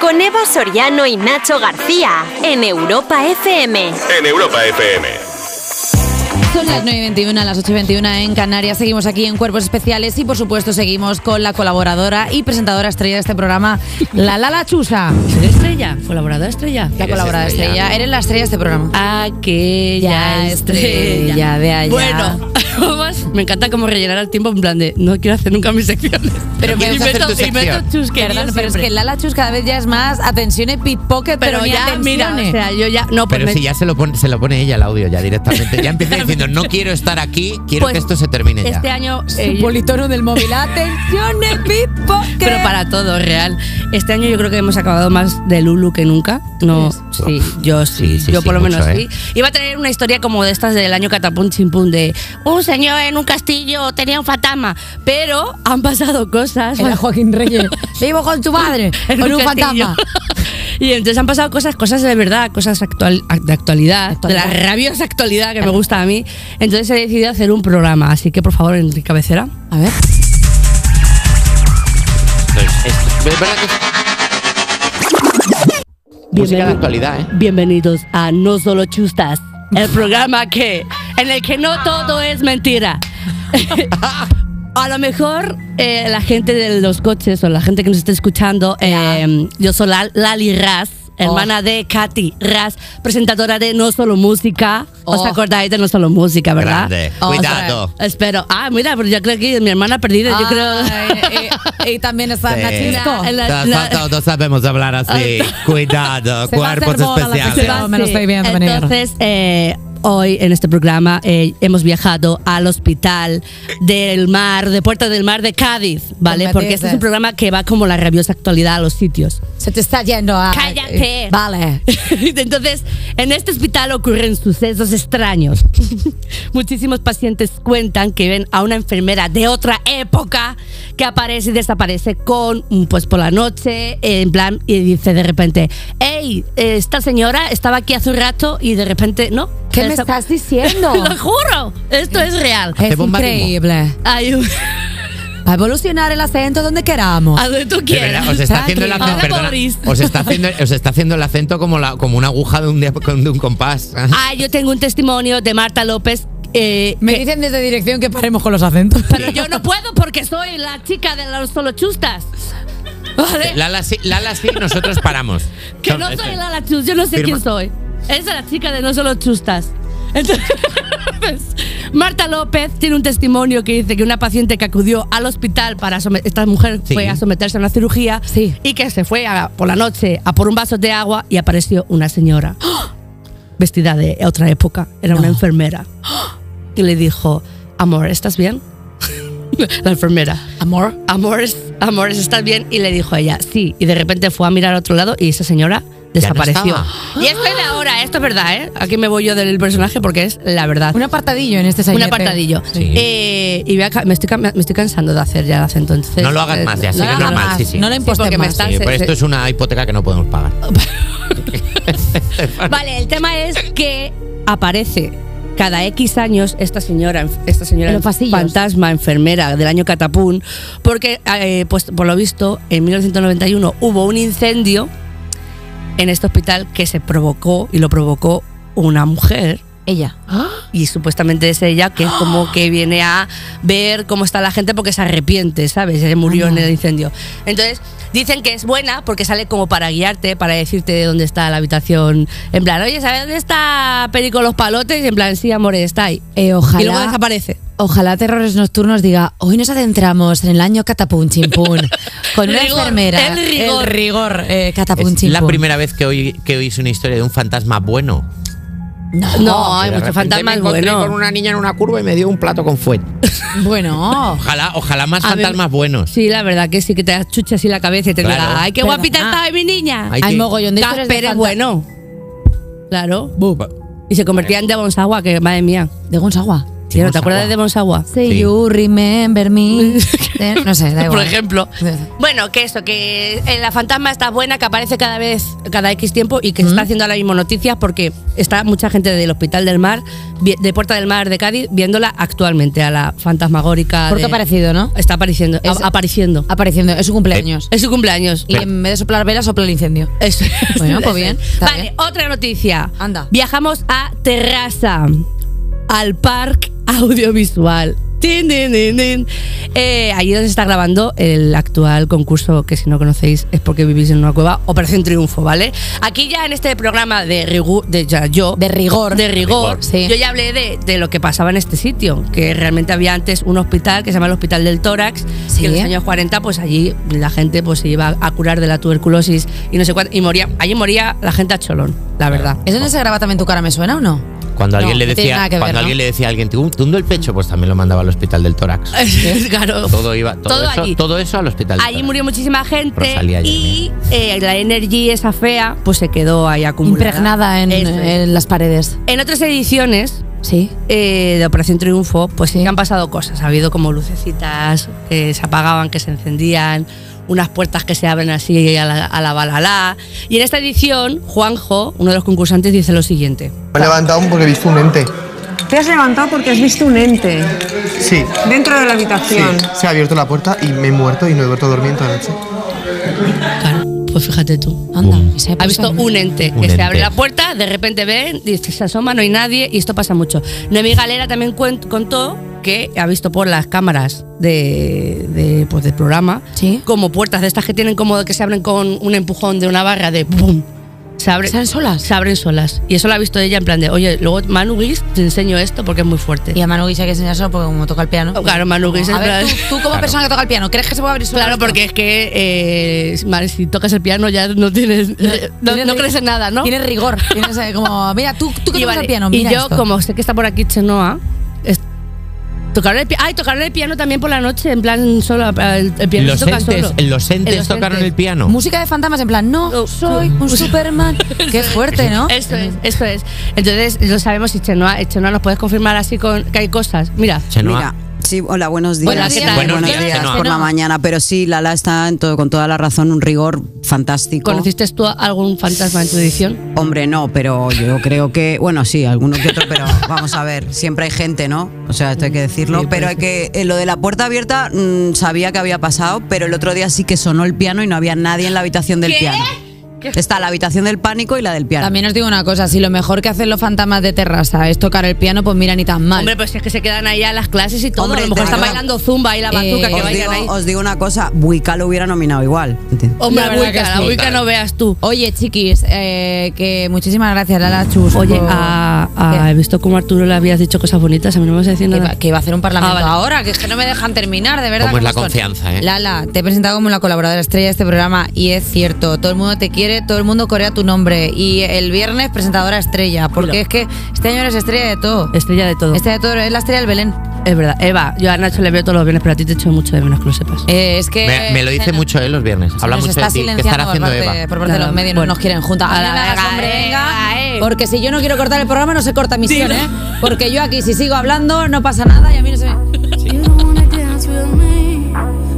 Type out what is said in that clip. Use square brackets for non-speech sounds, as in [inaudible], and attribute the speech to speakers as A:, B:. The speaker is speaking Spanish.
A: con Evo Soriano y Nacho García en Europa FM.
B: En Europa FM.
C: Son las 9 y 21, las 8 y 21 en Canarias. Seguimos aquí en Cuerpos Especiales y, por supuesto, seguimos con la colaboradora y presentadora estrella de este programa, la Lala Chusa.
D: Soy estrella, colaboradora estrella.
C: La colaboradora estrella. Eres la estrella de este programa.
D: Aquella estrella.
C: estrella de allá.
D: Bueno, [laughs] vamos, me encanta como rellenar el tiempo en plan de no quiero hacer nunca mis secciones.
C: Pero
D: me
C: puedes hacer
D: invento,
C: tu
D: invento
C: sección.
D: chusquerías
C: Perdón, pero es
D: siempre.
C: que Lala Chus cada vez ya es más atención y pickpocket, pero,
D: pero
C: ni
D: ya, mira, o
C: atenciones.
D: sea, yo ya. No, pues
E: Pero
D: me-
E: si ya se lo, pone, se lo pone ella el audio ya directamente.
D: [laughs]
E: Ya empieza diciendo, no quiero estar aquí, quiero
D: Pues,
E: que esto se termine ya.
D: este año. eh,
C: Su politono del móvil. ¡Atención, y pickpocket!
D: Pero para todo, real. Este año yo creo que hemos acabado más de Lulu que nunca. No, sí, yo sí,
E: Sí, sí,
D: yo
E: sí,
D: por lo
E: mucho,
D: menos
E: ¿eh?
D: sí. Iba a tener una historia como de estas del año Catapum Chimpum de un señor en un castillo tenía un fantasma, pero han pasado cosas.
C: Era Joaquín Reyes. [laughs] Vivo con tu madre,
D: [laughs] en
C: con un
D: castillo. [laughs]
C: fantasma.
D: Y entonces han pasado cosas, cosas de verdad, cosas actual, de actualidad, de la
C: Actualidad.
D: rabiosa actualidad que me gusta a mí. Entonces he decidido hacer un programa, así que por favor, en cabecera.
C: A ver.
E: Es verdad que- Música de actualidad, ¿eh?
D: Bienvenidos a No Solo Chustas,
E: [laughs]
D: el programa que en el que no todo es
E: [laughs]
D: mentira. A lo mejor eh, la gente de los coches o la gente que nos está escuchando, eh, yo soy Lal- Lali Raz,
E: Oh.
D: hermana de Katy Raz, presentadora de No Solo Música. ¿Os
C: Oh.
D: acordáis de No Solo Música, verdad?
E: Grande.
C: Oh,
E: Cuidado.
D: Espero. Ah, mira, pero yo creo que mi hermana perdida, yo creo.
C: Ay, eh, y también está
E: Sí.
C: Nachisco.
D: La- la- la-
E: Nosotros no sabemos
D: [laughs]
E: hablar así. Cuidado,
C: Se va a hacer
E: cuerpos
C: bola la
D: Este
E: especiales.
C: persona. No, me lo estoy viendo venir.
D: Entonces, eh, hoy en este programa eh, hemos viajado al hospital del mar, de Puerto del Mar de Cádiz, ¿vale?
C: me
D: Porque este es un
C: dices?
D: programa que va como la rabiosa actualidad a los sitios.
C: Se te está yendo a.
D: ¡Cállate!
C: Vale.
D: [laughs] Entonces, en este hospital ocurren sucesos extraños. [laughs] Muchísimos pacientes cuentan que ven a una enfermera de otra época que aparece y desaparece con, mm, pues por la noche, eh, en plan, y dice de repente, hey, esta señora estaba aquí hace un rato y de repente, no.
C: ¿Qué me
D: Esa- [laughs]
C: estás diciendo?
D: Lo juro, esto es real.
E: Hace
C: es
E: bomba de humo.
C: increíble.
D: Hay un- [laughs]
C: A evolucionar el acento donde queramos.
D: a donde tú
E: De
D: quieras.
E: verdad, os está haciendo el
D: Ahora
E: acento, perdona,
D: podréis.
E: os está haciendo, os está haciendo el acento como, la, como una aguja de un, [laughs] de un compás.
D: Ah, yo tengo un testimonio de Marta López. eh,
C: Me dicen desde dirección que paremos con los acentos.
D: Pero yo no puedo porque soy la chica de los solochustas. ¿Vale?
E: Lala sí, Lala sí, nosotros paramos.
D: que no soy la Lachus, yo no sé
E: Firma.
D: quién soy. Es la chica de no solochustas. Entonces, [laughs] Marta López tiene un testimonio que dice que una paciente que acudió al hospital para somet- esta mujer
E: Sí.
D: fue a someterse a una cirugía
C: Sí.
D: y que se fue a- por la noche a por un vaso de agua y apareció una señora [gasps] vestida de otra época, era una
E: [gasps]
D: enfermera que le dijo, "Amor, ¿estás bien?" [laughs] la enfermera.
C: [laughs] Amor.
D: Amores, amores, ¿estás bien? Y le dijo ella, sí. Y de repente fue a mirar a otro lado y esa señora desapareció.
E: estaba.
D: y esto es de ahora, esto es verdad, ¿eh? Aquí me voy yo del personaje porque es la verdad.
C: Un apartadillo en este
D: Un
C: sainete.
D: apartadillo.
E: Sí.
D: Eh, y voy a ca- me, estoy, ca- me estoy cansando de hacer ya el acento. entonces- eh,
E: No lo hagas más, ya,
D: No
E: sí,
D: lo
E: que es
D: hagas
E: normal,
D: más.
E: sí, sí.
C: No le impostes
D: porque me
C: más.
D: están-
E: Sí, pero esto es una hipoteca que no podemos pagar.
D: [laughs] Vale, el tema es que aparece cada X años esta señora, esta
C: En
D: señora
C: los pasillos.
D: fantasma enfermera del año Catapún, porque eh, pues, por lo visto en 1991 hubo un incendio en este hospital que se provocó y lo provocó una mujer
C: Ella.
D: y supuestamente es ella que es
E: [gasps]
D: como que viene a ver cómo está la gente porque se arrepiente, ¿sabes? Se murió en el incendio. Entonces, dicen que es buena porque sale como para guiarte, para decirte de dónde está la habitación. En plan, oye, ¿sabes dónde está Perico los palotes? Y en plan, sí, amor, está ahí.
C: Eh, ojalá.
D: Y luego desaparece.
C: Ojalá Terrores Nocturnos diga, hoy nos adentramos en el año Catapum Chimpún con una
D: Rigor,
C: enfermera.
D: el rigor.
C: El rigor eh, Catapum
E: Es la
C: Chimpún.
E: primera vez que, oí, que oís una historia de un fantasma bueno.
C: No.
D: No, hay
E: De
D: muchos
E: repente me
D: fantasmas
E: encontré con
D: buenos.
E: una niña en una curva y me dio un plato con fuet. [laughs]
C: Bueno.
E: Ojalá, ojalá más
D: A ver-
E: fantasmas buenos.
D: Sí, la verdad que sí, que te achuchas así la cabeza y te
E: Claro.
D: diga, ay, qué
C: Pero-
D: guapita
C: ah.
D: estaba mi niña.
E: Ay,
C: Hay
E: que-
C: mogollón de historias de
D: Casper es
C: fanta-
D: bueno. Claro.
E: Bu-
D: Y se convertía en Devon Sawa, que madre mía.
C: De Gonzagua.
D: Sí, ¿No te
E: Demon
D: acuerdas
E: Sawa.
D: de Monsagua?
C: Say
E: Sí.
C: you remember me. Eh, No sé, da igual.
D: [laughs] Por ejemplo.
C: Sí, sí.
D: Bueno, que eso, que eh, la fantasma está buena, que aparece cada vez, cada X tiempo y que se está haciendo ahora mismo noticias porque está mucha gente del Hospital del Mar, vi- de Puerta del Mar de Cádiz, viéndola actualmente, a la fantasmagórica.
C: Porque
D: de-
C: ha aparecido, ¿no?
D: Está apareciendo.
C: Es-
D: a- apareciendo.
C: Apareciendo, es su cumpleaños.
D: Es su cumpleaños.
C: Y en vez de soplar velas, sopla el incendio.
D: Eso.
C: Bueno, pues bien, está
D: Vale,
C: bien.
D: otra noticia.
C: Anda.
D: Viajamos a Terrassa, al parque audiovisual. Tin, tin, tin, tin. Eh, allí donde se está grabando el actual concurso que si no conocéis es porque vivís en una cueva, Operación Triunfo, ¿vale? Aquí ya en este programa de, rigu- de ya yo,
C: De rigor.
D: de rigor.
E: Rigor,
C: sí.
D: Yo ya hablé de, de lo que pasaba en este sitio, que realmente había antes un hospital que se llama el Hospital del Tórax,
C: Sí.
D: que en los años 40, pues allí la gente pues, se iba a curar de la tuberculosis y no sé cuánto, y moría, allí moría la gente a cholón, la verdad.
C: ¿Es donde se graba también tu cara me suena o no?
E: Cuando
C: No,
E: alguien le
C: no tiene
E: decía,
C: nada que ver,
E: cuando
C: ¿no?
E: alguien le decía a alguien, "Tú, tundo el pecho, pues también lo mandaba al hospital del tórax.
D: [laughs] claro.
E: Todo iba, todo, eso,
D: Eh, allí.
E: todo eso al hospital. del
D: Allí
E: tórax.
D: murió muchísima gente
E: Rosalía
D: y eh, la energía esa fea pues se quedó ahí acumulada.
C: Impregnada en,
D: Eso es.
C: en las paredes.
D: en otras ediciones
C: Sí.
D: eh, de Operación Triunfo, pues sí
C: Sí.
D: que han pasado cosas. Ha habido como lucecitas que se apagaban, que se encendían, unas puertas que se abren así a la, a la balalá. Y en esta edición, Juanjo, uno de los concursantes, dice lo siguiente.
B: Me he levantado porque he visto un ente.
F: Te has levantado porque has visto un ente
B: Sí,
F: dentro de la
B: sí.
F: habitación.
B: Se ha abierto la puerta y me he muerto y no he vuelto a dormir toda la noche.
D: Claro, pues fíjate tú.
C: Anda,
E: Bum.
C: esa
D: Ha
C: época-
D: visto un ente
E: Un
D: que se
E: ente.
D: abre la puerta, de repente ven, dice, se asoma, no hay nadie, y esto pasa mucho. Noemí Galera también cuen- contó que ha visto por las cámaras de, de, pues, del programa
C: Sí.
D: como puertas de estas que tienen como que se abren con un empujón de una barra de ¡pum! Se abre-
C: ¿Están solas?
D: se abren solas. Y eso lo ha visto ella en plan de, oye, luego Manu Guis te enseño esto porque es muy fuerte.
C: Y a Manu Guisa hay que enseñárselo porque como toca el piano.
D: Oh, claro, Manu Guisa,
C: A ver,
D: claro.
C: tú, tú como
E: Claro.
C: persona que toca el piano, ¿crees que se puede abrir sola?
D: Claro,
C: esto?
D: porque es que eh, Mar, si tocas el piano ya no tienes, no,
C: Tienes
D: no
C: ri-
D: crees en nada, ¿no?
C: Tienes rigor. Tienes eh, como, mira, tú, tú que
D: Y
C: tocas
D: vale,
C: el piano,
D: y
C: mira
D: yo,
C: esto.
D: como sé que está por aquí Chenoa, es- tocaron el piano. Ay, tocaron el piano también por la noche, en plan solo. El, el piano
E: Los
D: se toca
E: entes,
D: solo.
E: los entes
D: Los
E: tocaron
D: entes.
E: el piano.
C: Música de fantasmas en plan, no,
D: No,
C: soy
D: no. [laughs]
C: un Superman. Qué fuerte, ¿no?
D: Eso es, eso es. Entonces, lo sabemos y Chenoa, eh, Chenoa, ¿nos puedes confirmar así con que hay cosas? Mira.
E: Chenoa.
G: Mira, sí, hola, buenos días.
D: Buenos días.
E: Buenos días, Chenoa.
G: por la mañana. Pero sí, Lala está en todo- con toda la razón, un rigor fantástico.
D: ¿Conociste tú a algún fantasma en tu edición?
G: Hombre, no, pero yo creo que, bueno, sí, alguno que otro, pero vamos a ver, siempre hay gente, ¿no? O sea, esto hay que decirlo, pero hay que eh, lo de la puerta abierta mm, sabía que había pasado, pero el otro día sí que sonó el piano y no había nadie en la habitación del
D: ¿Qué?
G: piano. Está la habitación del pánico y la del piano.
C: También os digo una cosa, si lo mejor que hacen los fantasmas de terraza es tocar el piano, pues mira, ni tan mal.
D: Hombre, pues es que se quedan ahí a las clases y todo. a
G: Hombre,
D: lo mejor
G: de
D: están
G: verdad.
D: bailando zumba y la
C: Eh,
D: bazuca que
G: os,
D: bailan ahí.
G: digo, os digo una cosa, Buica lo hubiera nominado igual.
D: Hombre,
C: La
D: la
C: verdad que
D: Wicca,
C: sí.
D: la Wicca no veas tú.
C: Oye, chiquis, eh, que muchísimas gracias, Lala Chus.
D: Oye, ah,
C: por-
D: a- a- he visto como Arturo le habías dicho cosas bonitas, a mí no me vas a decir
C: que,
D: nada.
C: va- que iba a hacer un parlamento
D: Ah, vale.
C: ahora, que es que no me dejan terminar, de verdad.
E: Cómo es la
C: son.
E: confianza, ¿eh?
C: Lala, te he presentado como la colaboradora estrella de este programa y es cierto, todo el mundo te quiere, todo el mundo corea tu nombre y el viernes presentadora estrella, porque es que este año eres estrella de todo.
D: Estrella de todo.
C: Estrella de todo, es la estrella del Belén.
D: Es verdad, Eva, yo a Nacho le veo todos los viernes, pero a ti te echo mucho de menos que lo sepas.
C: Eh, es que
E: Me, me lo dice
C: Cena-
E: mucho él los viernes. Habla
C: Nos
E: mucho
C: está
E: de ti. ¿Qué
C: silenciando
E: estará haciendo
C: por parte,
E: Eva?
C: por parte de
D: Claro,
C: los medios,
D: bueno.
C: no nos quieren juntar.
D: A
C: A
D: la
C: la
D: venga,
C: hombre,
D: venga,
C: venga,
D: eh.
C: porque si yo no quiero cortar el programa, no se corta misión, ¿eh? Porque yo aquí, si sigo hablando, no pasa nada y a mí no se me...